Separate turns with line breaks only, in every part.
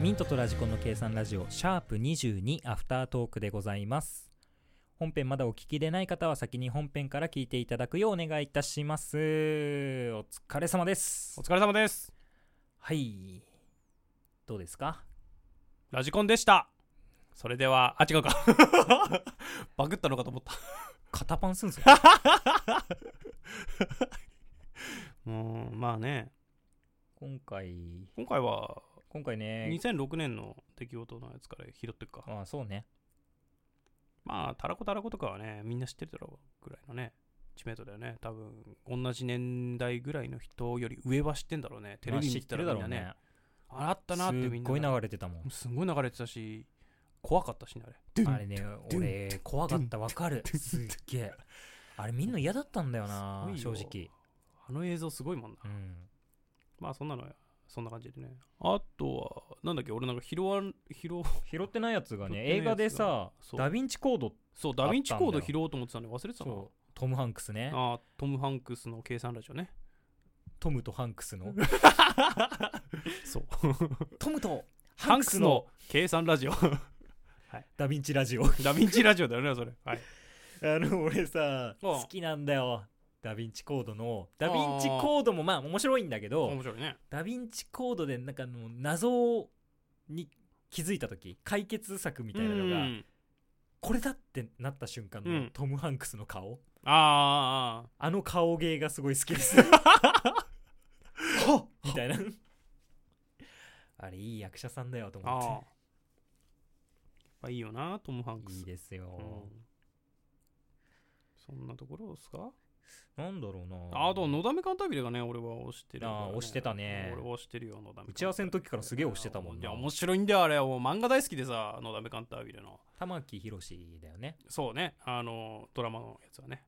ミントとラジコンの計算ラジオ、シャープ22アフタートークでございます。本編まだお聞きでない方は先に本編から聞いていただくようお願いいたします。お疲れ様です
お。疲れ様です。
はい。どうですか
ラジコンでした。それでは、あ、違うか。 バグったのかと思った。
肩パンすんすよ。
うーん、まあね、
今回、
今回は
今回ね、
2006年の出来事のやつから拾っていくか。
まあそうね。
まあ、たらこたらことかはね、みんな知ってるだろうぐらいのね、知名度だよね。多分、同じ年代ぐらいの人より上は知ってんだろうね。テレ
ま
ビ
あ
見
知って
た
てるだ
らみん
ろう
なね、
ね。
ああったなってみん
すっ
な。
ごい流れてたもん。
すごい流れてたし、怖かったしね、あれ。
あれね、俺、怖かった、わかる。すっげえ。あれみんな嫌だったんだよな、
す
正
ごいよ
直。
あの映像すごいもんな。
うん。
まあそんなのよそんな感じでね。あとは、なんだっけ、俺なんか拾わん、拾わん、
拾ってないやつがね
拾ってないやつ
映
が
画でさ
そう
ダヴィンチコード
そう、ダヴィンチコー
あ
ド
ったんだ
拾おうと思ってたんで忘れてたな。
そうトム・ハンクスね
ああ、トム・ハンクスの計算ラジオね。
トムとハンクスの
そう。
トムと
ハ
ハ
ン
ン
ク
クス
ス
の
の計算ラジオ。ダ
ダヴィンチラジオ
ヴィンチラジオだよね、それ。はい。
あの俺さ
うん
好きなんだよダヴィンチコードのダ
あ
ヴ
ー
ィンチコードもまあ面白いんだけど
面白いね。
ダヴィンチコードでなんかあの謎に気づいた時解決策みたいなの
う
が
ん
これだってなった瞬間
う
の
ん
トム・ハンクスの顔
あーあー、あ
あの顔芸がすごい好きです。はみたいな。あれ、いい役者さんだよと
ーあー。
思
やっぱいいよな、トム・ハン
っ
ク
て。
ス。
いいです
う
よ。
んそんなところですか
なんだろうな。
あと、のだめ艦隊ビレがね、俺は押してるんだよ、
あー押してたね
俺は押してるよ、のだめ。
打ち合わせの時からすげえ押してたもん
い
な
や、。面白いんだよ、あれ。もう漫画大好きでさ、のだめカンタービレの。
玉木宏だよね。
そうね、あの、ドラマのやつはね。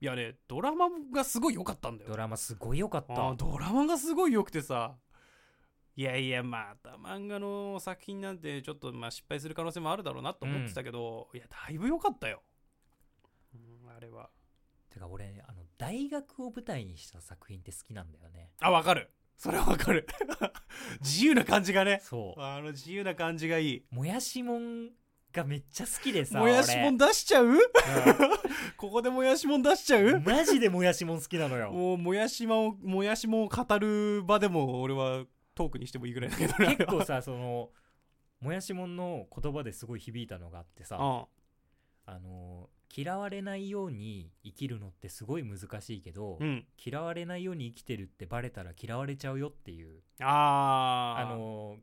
いやね、ドラマがすごい良かったんだよ。
ドラマすごい良かっ
あー
た。
ドラマがすごい良くてさ。いやいや、また漫画の作品なんて、ちょっとまあ失敗する可能性もあるだろうなと思ってたけど、いや、だいぶ良かったよ。うんあれは。
てか俺、あの、大学を舞台にした作品って好きなんだよね。
あ、わかる。それはわかる。 自由な感じがね。
そ
あの自由な感じがいい。
う。もやしもんがめっちゃ好きでさ。
もやしもん出しちゃう
俺
ここでもやしもん出しちゃ
う
うん
マジでもやしもん好きなのよ。
もうもやしまをもやしもを語る場でも俺はトークにしてもいいぐらいだけどね
結構さ、その、もやしもんの言葉ですごい響いたのがあってさ。
あ
あの嫌われないように生きるのってすごい難しいけど、
うん、うん、
嫌われないように生きてるってバレたら嫌われちゃうよっていう
あ
あ
ああの
の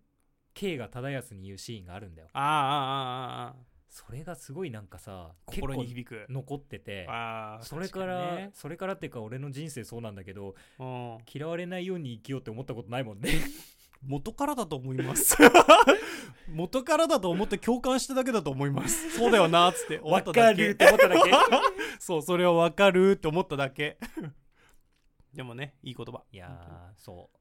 K が忠康に言うシーンがあるんだよ
あーあーあーあ
それがすごいなんかさ
ー心に
結
響く
構残ってて
ああ
それからそれからっていうか俺の人生そうなんだけど
うん、
嫌われないように生きようって思ったことないもん ね
元からだと思います 元からだと思って共感しただけだと思 いますそうだよなっつって思
わ
った
か
だ
るっ
け
て思った だけ
そうそれはわかるって思っただけ でもねいい言葉
いやーそう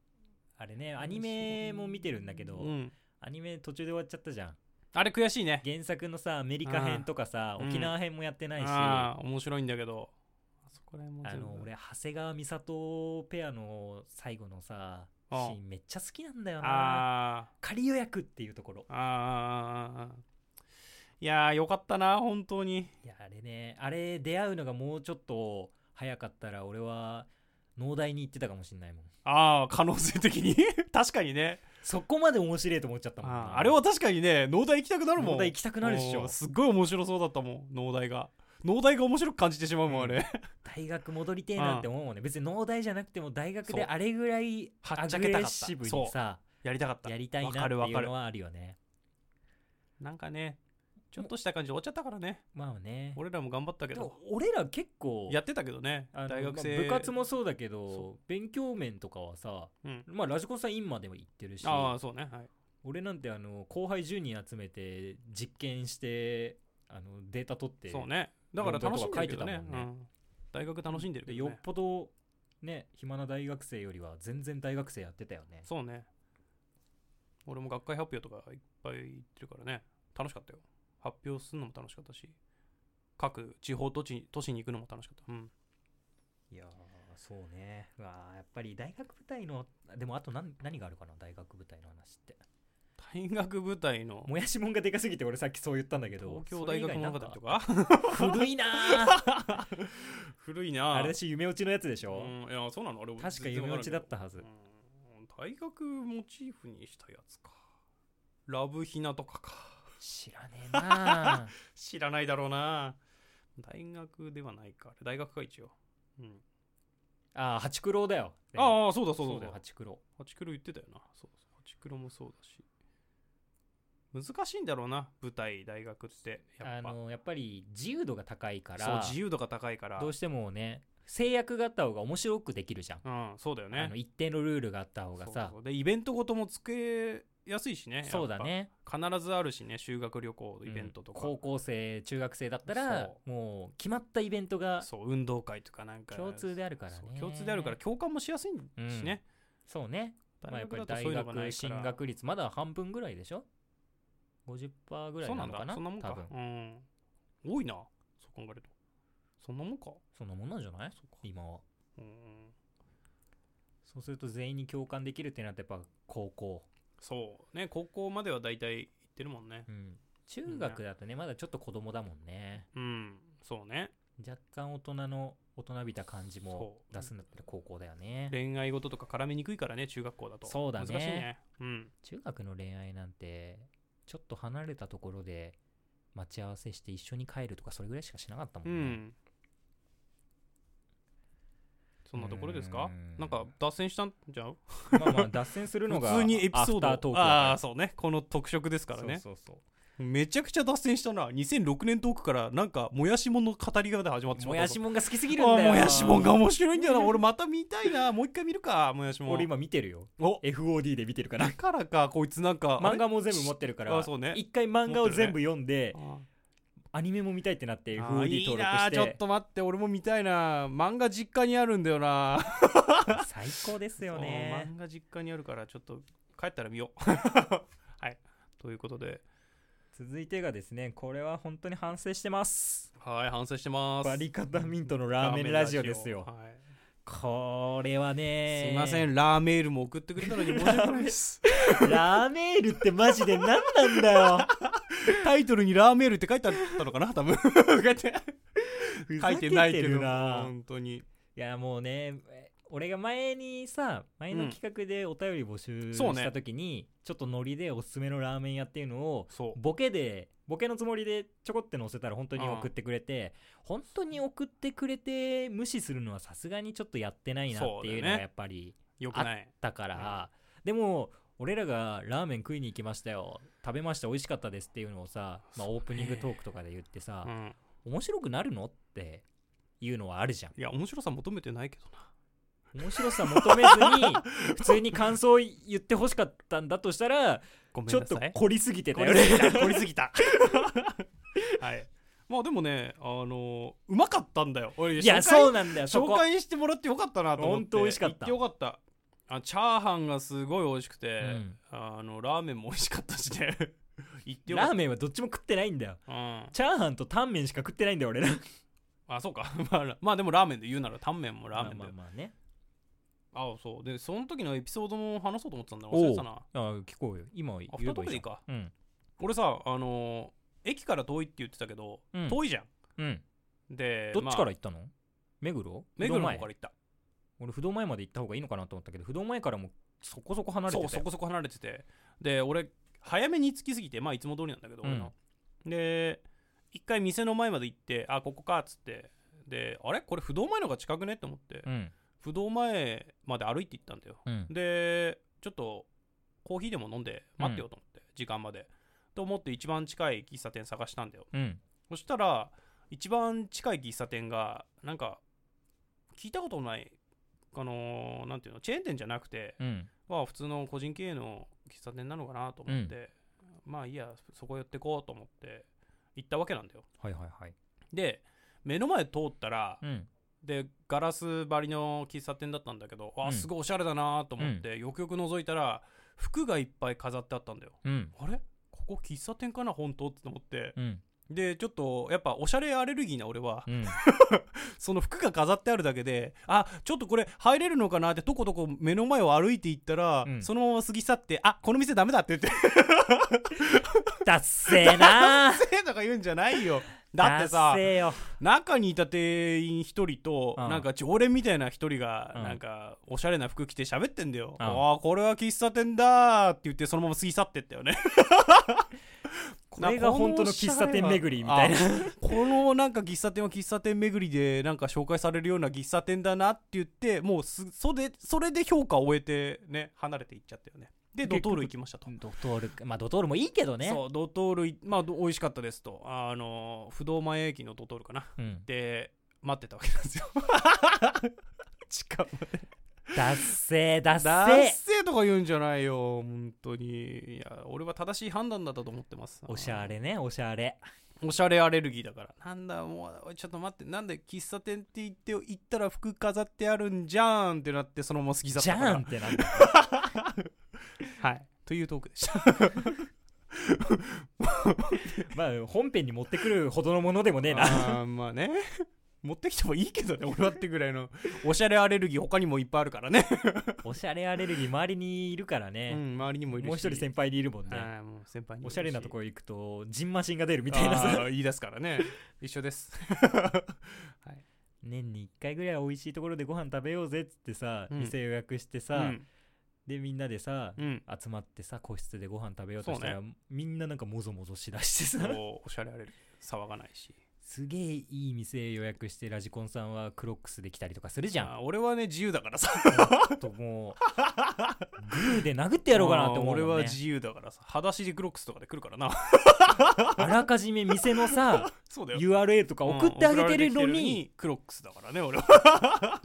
あれねアニメも見てるんだけど、
うん
アニメ途中で終わっちゃったじゃん
あれ悔しいね
原作のさアメリカ編とかさ
うん
沖縄編もやってないし、あ
ああ面白いんだけどあそこら辺も全部
の俺長谷川美里ペアの最後のさシ
うん
ーンめっちゃ好きなんだよな
あ
仮予約っていうところ
ーあーあーあーいやーよかったな本当に
いやあれねあれ出会うのがもうちょっと早かったら俺は農大に行ってたかもしんないもん
ああ可能性的に 確かにね
そこまで面白いと思っちゃったもん
あ
な
ーあれは確かにね農大行きたくなるもん
農大行きたくなるでしょ
おーすっごい面白そうだったもん農大が農大が面白く感じてしまうもんあれ、
大学戻りてえなって思うもんね別に農大じゃなくても大学であれぐらい
そうは
ア
っちゃ
グ
けたか
レ
った
ッシブにさ
やりたかった
やりたいなって
わ
い
か
うの
るわか
はあるよね
るなんかねちょっとした感じで終わっちゃったからね
まあね
俺らも頑張ったけ
でも
ど
俺ら結構
やってたけどね
あの
大学生、
まあ部活もそうだけど
そ
勉強面とかはさ、
うん
まあ、ラジコンさん院までも行ってるし
ああそうねはい
俺なんてあの後輩10人集めて実験してあのデータ取って
そうねだから楽しんでるけどね
論文とか書いてたもん
うん大学楽しんでるけ
で
ど、
よ
ね
っ、ぽどね暇な大学生よりは全然大学生やってたよね
そうね俺も学会発表とかいっぱい行ってるからね楽しかったよ発表するのも楽しかったし各地方都市都市に行くのも楽しかったうん
いやーそうねうわーやっぱり大学舞台のでもあと何何があるかな大学舞台の話って
大学舞台の
もやしもんがでかすぎて俺さっきそう言ったんだけど
東京大学物語とか
それ以外なんか古い なあ
古いな
あれだし夢落ちのやつでし
う
ょ、
んいやそうなのあれ
確か夢落ちだったはず、
うん大学モチーフにしたやつかラブヒナとかか
知らねえなあ
知らないだろうな大学ではないかあれ大学か一応、うん、
ああ八九郎だよあ
ああそうだそうだ
そ
そう
だ
うだ
よ八九郎
八黒言ってたよなそうそう八黒もそうだし難しいんだろうな舞台大学ってや
あ
っぱ
のやっぱり自由度が高いから
そう自由度が高いから
どうしてもね制約があった方が面白くできるじゃん、
うんそうだよ
あ
ね
の一定のルールがあった方が
そう
さ
そうでイベントごともつけやすいしねやっぱ
そうだね
必ずあるしね修学旅行イベントと
う
か、
ん高校生中学生だったら
そ
もう決まったイベントが
そう運動会とかなんか
共通であるから
そう
ね
共通であるから共感もしやすいしね、
そうね、まあ、やっぱり
だと
大
そういうのが
学
ないから
進学率まだ半分ぐらいでしょ50%ぐらいなのかな
そうなんだそんなもん
多
か
分
うん多いなそう考えるとそんなもんか
そんなもんなんじゃない
そうか
今は
うん
そうすると全員に共感できるってなってやっぱ高校、
そうね高校までは大体行ってるもんね
うん、中学だとねまだちょっと子供だもんね
うんそうね
若干大人の大人びた感じも
そう
出すんだったら高校だよね
恋愛事とか絡みにくいからね中学校だと
そうだね
難しいねうん
中学の恋愛なんてちょっと離れたところで待ち合わせして一緒に帰るとかそれぐらいしかしなかったも
うん
ね、
んそんなところですか
うん
なんか脱線したんじゃん
まあまあ脱線するのが
普通にエピソード
アフタートークだから
ああーそうねこの特色ですからね
そうそうそ
めちゃくちゃ脱線したな2006年トークからなんかもやしもんの語りが始まって
う
し
も
まった
や
ぞ
しもんが好きすぎるん
あ
だよ
もやしもんが面白いんだよな俺また見たいなもう一回見るかもやしもん
俺今見てるよ
お
FOD で見てるから
だからかこいつなんか
漫
あ
画も全部持ってるか
れあ
ら
そうね
一回漫画を全部読んで、
あ
アニメも見たいってなって
ー
FOD
いい
登録
な
し
ーちょってと待って俺も見たいな漫画実家にあるんだよな
最高ですよね
そう漫画実家にあるからちょっと帰ったら 見ようはいということで
続いてがですねこれは本当に反省してます
はい反省してます
バリカタミントのラーメンラジオですよ
はい
これはね
すいませんラーメールも送ってくれたのに申し訳ないです
ラーメールってマジで何なんだ よ
タイトルにラーメールって書いてあったのかな多 分こうやって
ふざ
書い
け
て
て
ないけど
るな
本当に
いやもうねえ俺が前にさ前
う
の
ん
企画でお便り募集
そうね
した時に、ちょっとノリでおすすめのラーメン屋っていうのを
そう
ボケでボケのつもりでちょこって載せたら本当に送ってくれて本当に送ってくれて無視するのはさすがにちょっとやってないなっていうの
そうだよ
が
ね
やっぱり
よくない
だから、でも俺らがラーメン食いに行きましたよ食べました美味しかったですっていうのをさ、まあ、
そうね
オープニングトークとかで言ってさ、
うん
面白くなるのっていうのはあるじゃん
いや面白さ求めてないけどな
面白さ求めず に普通に感想を言ってほしかったんだとしたら
ごめ
ち
ん
ょっ
な
と
さい
凝りすぎてた
凝
よ
りすぎ
ね
た凝りすぎた はいまあでもねあのうまかったんだよ俺
いや
紹介
そうなんだよそ
紹
こ
介してもらってよかったなと
ほ
思って
んと美味しかった
行ってよかったあチャーハンがすごい美味しくて、
うん
あのラーメンも美味しかったしね 行ってよか
ラ
った
ーメンはどっちも食ってないんだよ
うん、
チャーハンとタンメンしか食ってないんだよ俺ら
あそうか まあラまあでもラーメンで言うならタンメンもラーメンで、
まあまあまあね
あそうでその時のエピソードも話そうと思ってたんだ忘れてたな
あ聞こうよ今言
アフタ
え
ート
ば
ークでいい
じゃん
か
うん
俺さあのー駅から遠いって言ってたけど、
うん
遠いじゃん
うん
で
どっちから
まあ
行ったの目黒
目黒の方
不動
から
前
行った
俺不動前まで行った方がいいのかなと思ったけど不動前からもそこそこ離れてた
そ
よ
うそこそこ離れててで俺早めに着きすぎてまあいつも通りなんだけど、
うん
俺ので一回店の前まで行ってあここかっつってであれこれ不動前の方が近くねって思って、
うん
不動前まで歩いて行ったんだよ
うん
でちょっとコーヒーでも飲んで待ってようと思って、時間までと思って一番近い喫茶店探したんだよ
うん
そしたら一番近い喫茶店がなんか聞いたこともないあのーなんていうのチェーン店じゃなくて
うん
まあ普通の個人経営の喫茶店なのかなと思って、まあいいやそこ寄ってこうと思って行ったわけなんだよ
はいはいはい
で目の前通ったら、
うん
でガラス張りの喫茶店だったんだけど、
う
あ
ん
すごいおしゃれだなと思って、よくよく覗いたら服がいっぱい飾ってあったんだよ
うん
あれここ喫茶店かな本当って思って
うん
でちょっとやっぱおしゃれアレルギーな俺は、
うん、
その服が飾ってあるだけであちょっとこれ入れるのかなってとことこ目の前を歩いていったら、
うん
そのまま過ぎ去ってあこの店ダメだって言って
達成な
「えとか言うんじゃないよ だって
達
さ
成よ
中にいた店員一人と、
うん
なんか常連みたいな一人が、
うん
なんかおしゃれな服着て喋ってんだよ、
うん
ああこれは喫茶店だーって言ってそのまま過ぎ去ってったよね
これが本当の喫茶店巡りみたいな
あこのなんか喫茶店は喫茶店巡りでなんか紹介されるような喫茶店だなって言ってもうすそれそれで評価を終えてね離れていっちゃったよねでド
結
ト
局
ール行きましたと
ドトールまあドトールもいいけどね
そうドトールい、まあ、ど美味しかったですとあの不動前駅のドトールかな
うん、
で待ってたわけなんですよ時間まで
達成達
だっ
成
せーとか言うんじゃないよ本当にいや俺は正しい判断だったと思ってます
おしゃれねおしゃれ
おしゃれアレルギーだからなんだもうちょっと待ってなんで喫茶店って言って行ったら服飾ってあるんじゃーんってなってそのまま好きだっ
じ
た
ゃ
から
ーんってなん だ
はいというトークでした
まあ本編に持ってくるほどのものでもねえな
あーまあね持ってきてもいいけどね俺はってぐらいのおしゃれアレルギー他にもいっぱいあるからね、
おしゃれアレルギー周りにいるから
う
ね、
ん周りにもいるし
もう一人先輩にいるもんね
はいもう先輩にもいる
おしゃれなと
ろ
ころ行くとジンマシンが出るみたいなさ
あー言い出すからね一緒ですはい
年に1回ぐらいは美味しいところでご飯食べようぜっつってさ、
うん
店予約してさ、
うん
でみんなでさ、
うん
集まってさ個室でご飯食べようとした
そ
ら、みんななんかもぞもぞしだしてさ
おおしゃれあれる騒がないし
すげえいい店予約してラジコンさんはクロックスで来たりとかするじゃん
あー俺はね自由だからさ
ちょっともうグーで殴ってやろうかなって思う
あー
も
俺
ん、
は
ね、
自由だからさ裸足でグロックスとかで来るからな
あらかじめ店の さ
そうだよ
URL とか送ってあげてるの
うん送られてき
に
クロックスだから ね俺は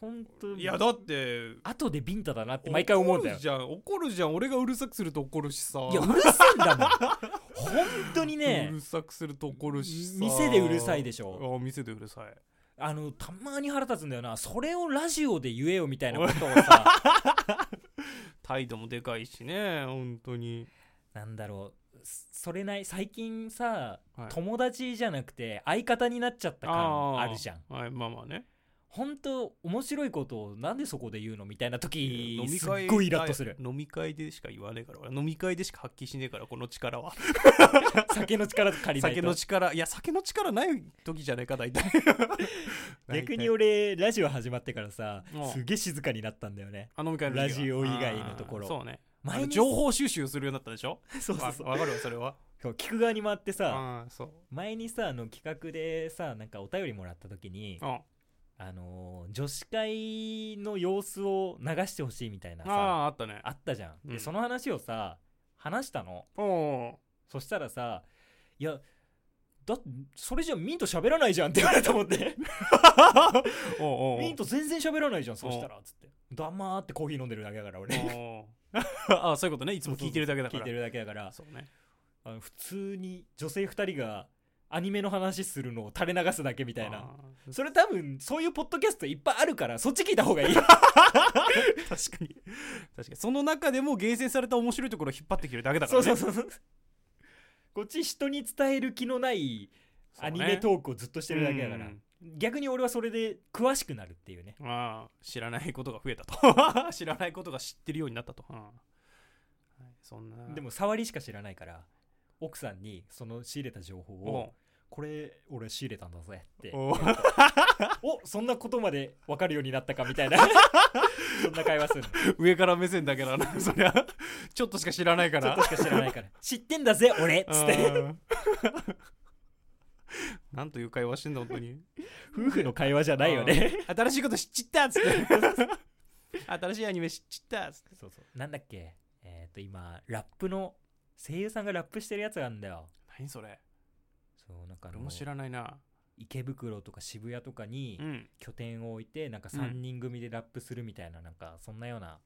本当
いやだって
後でビンタだなって毎回思うんだよ
怒るじゃん怒るじゃん俺がうるさくすると怒るしさ
いやうるさいんだもん本当にね
うるさくすると怒るしさ
店でうるさいでしょ
ょあー店でうるさい
あのたまに腹立つんだよなそれをラジオで言えよみたいなことをさ
態度もでかいしね本当に、
なんだろうそれない最近さ、
はい
友達じゃなくて相方になっちゃった感あるじゃん
あーはいまあまあね
本当面白いことをなんでそこで言うのみたいな時
飲み会
すっごいイラッとする
飲み会でしか言わねえから俺飲み会でしか発揮しねえからこの力は
酒の力借りない
酒
と
の力いや酒の力ない時じゃねえか大 体
逆に俺ラジオ始まってからさ
うん
すげえ静かになったんだよね
あ飲み会の時は
ラジオ以外のところ
あーそうねあ
前
の
に
情報収集するようになったでしょ
そうそう
わ
そう
わかるわそれは
そう聞く側に回ってさ
ああーそう
前にさあの企画でさなんかお便りもらった時に
うん
あのー女子会の様子を流してほしいみたいな
あ
さ
ああったね
あったじゃん、
う
で
ん
その話をさ話したの
おお
そしたらさいやだそれじゃミント喋らないじゃんって言われたもん ね
ーおーお
ミン
ー
ト全然喋らないじゃんそしたらつって黙ってコーヒー飲んでるだけだから俺い
おー ああそういうことねいつも聞いてるだけだか
聞い
ら
てるだけだから
そうね
あの普通に女性2人がアニメの話するのを垂れ流すだけみ
み
たいなそれ多分そういうポッドキャストいっぱいあるからそっち聞いた方がいい
確かに確かにその中でも厳選された面白いところを引っ張ってきてるだけだか
そ
ら
う
ね
そうそうそうこっち人に伝える気のないアニメトークをずっとしてるだけだから、
うん
逆に俺はそれで詳しくなるっていうね
ああ知らないことが増えたと 知らないことが知ってるようになったと、うんはい、そんな
でも触りしか知らないから奥さんにその仕入れた情報
お
を
う
これ俺仕入れたんだぜって
おう
おそんなことまで分かるようになったかみ たいなそんな会話するの
上から目線だけどな そりゃちょっとしか知らないか
ちょっ と
ら
しか知らないから知ってんだぜ俺っつって
うん なんという会話してんだ本当に
夫婦の会話じゃないよね
ああ 新しいこと知っちったっつって 新しいアニメ知っちったっつって
そうそうなんだっけえっ、と今ラップの声優さんがラップしてるやつがあるんだよ
何それ
そうなんかあ
俺
の
も知らないな
池袋とか渋谷とかに
うん
拠点を置いてなんか
うん
3人組でラップするみたいななんかそんなような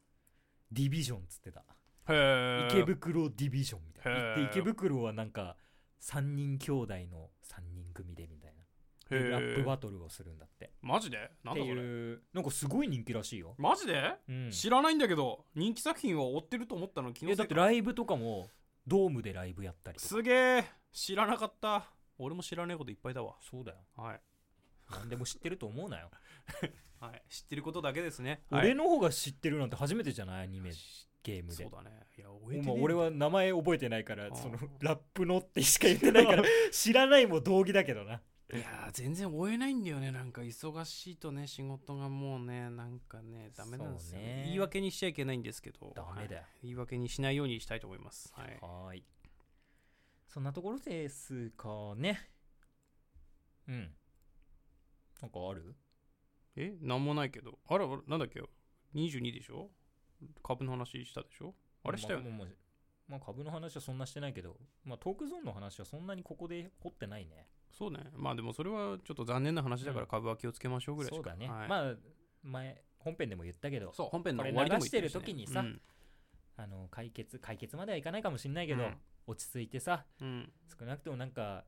ディビジョンっつってた
へえ
池袋ディビジョンみたいな
へ
で
ー
池袋はなんか3人兄弟の3人組でみたいなでラップバトルをするんだって
マジでな
っ
ん
て
だそれ
いうなんかすごい人気らしいよ、
マジで
うん、
知らないんだけど人気作品を追ってると思ったの
い
昨日
やだってライブとかもドームでライブやったりとか
すげえ知らなかった俺も知らねえこといっぱいだわ
そうだよ
はい、
何でも知ってると思う なよ
はい、知ってることだけですね
俺
の
の方が知ってるなんて初めてじゃないアニメゲーム
そ
で
うだねいや終えてね
もう俺は名前覚えてないから
あー
そのラップのってしか言ってない から知らないも同義だけどない
やー全然終えないんだよねなんか忙しいとね仕事がもうねなんかねダメなんですよ、
そうね
ね、言い訳にしちゃいけないんですけど
ダメだよ
はい言い訳にしないようにしたいと思いますはい
はーいそんなところですかねうんなんかある
えなんもないけどあらあらなんだっけ22でしょ株の話したでしょあれしたよ
ま
ね、
まあまあまあ株の話はそんなしてないけど、まあ、トークゾーンの話はそんなにここで掘ってないね
そうねまあでもそれはちょっと残念な話だか
うん
ら株は気をつけましょうぐらいしか、
そうだね、
はい
まあ前本編でも言ったけど
そう本編の
これ
終わりでも言ってる
流してる時にさ
しね
あの解決解決まではいかないかもしれないけど、
うん
落ち着いてさ
うんうん
少なくともなんか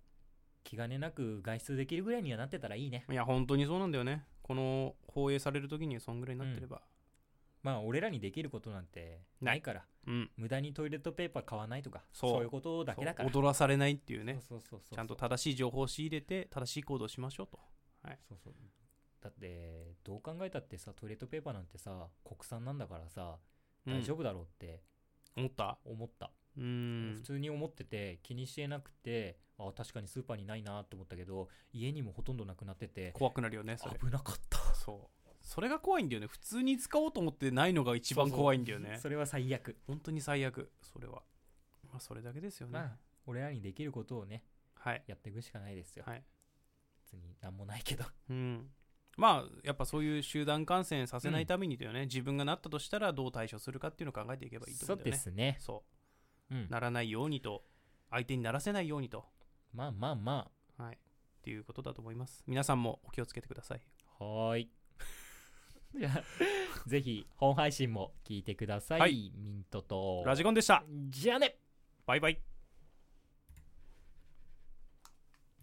気兼ねなく外出できるぐらいにはなってたらいいね
いや本当にそうなんだよねこの放映される時にそんぐらいになってれば
まあ俺らにできることなんてないから
うん、
無駄にトイレットペーパー買わないとかそ
そうう
いうことだけだか
そう
ら
踊らされないっていうね
そうそうそうそう
ちゃんと正しい情報を仕入れて正しい行動をしましょうと
そうそうだってどう考えたってさトイレットペーパーなんてさ国産なんだからさ大丈
夫
夫だろうって
思った
思った、
う
普
ん
通に思ってて気にしてなくてあ確かにスーパーにないなと思ったけど家にもほとんどなくなってて
怖くなるよねそれ
危なかった
そうそれが怖いんだよね普通に使おうと思ってないのが一番怖いんだよね
それは最悪
本当に最悪それはまあそれだけですよね、
まあ俺らにできることをね
はい
やっていくしかないですよ
はい
別に何もないけど
うんまあやっぱそういう集団感染させないためにだよね、自分がなったとしたらどう対処するかっていうのを考えていけばいいと
そ
思う
うんで
だよね
すね
そう
うん
ならないようにと相手にならせないようにと
まあまあま
はいっていうことだと思います皆さんもお気をつけてください
あはーい じゃあぜひ本配信も聞いてください、
はい
ミントと
ラジコンでした
じゃあね
バイバイ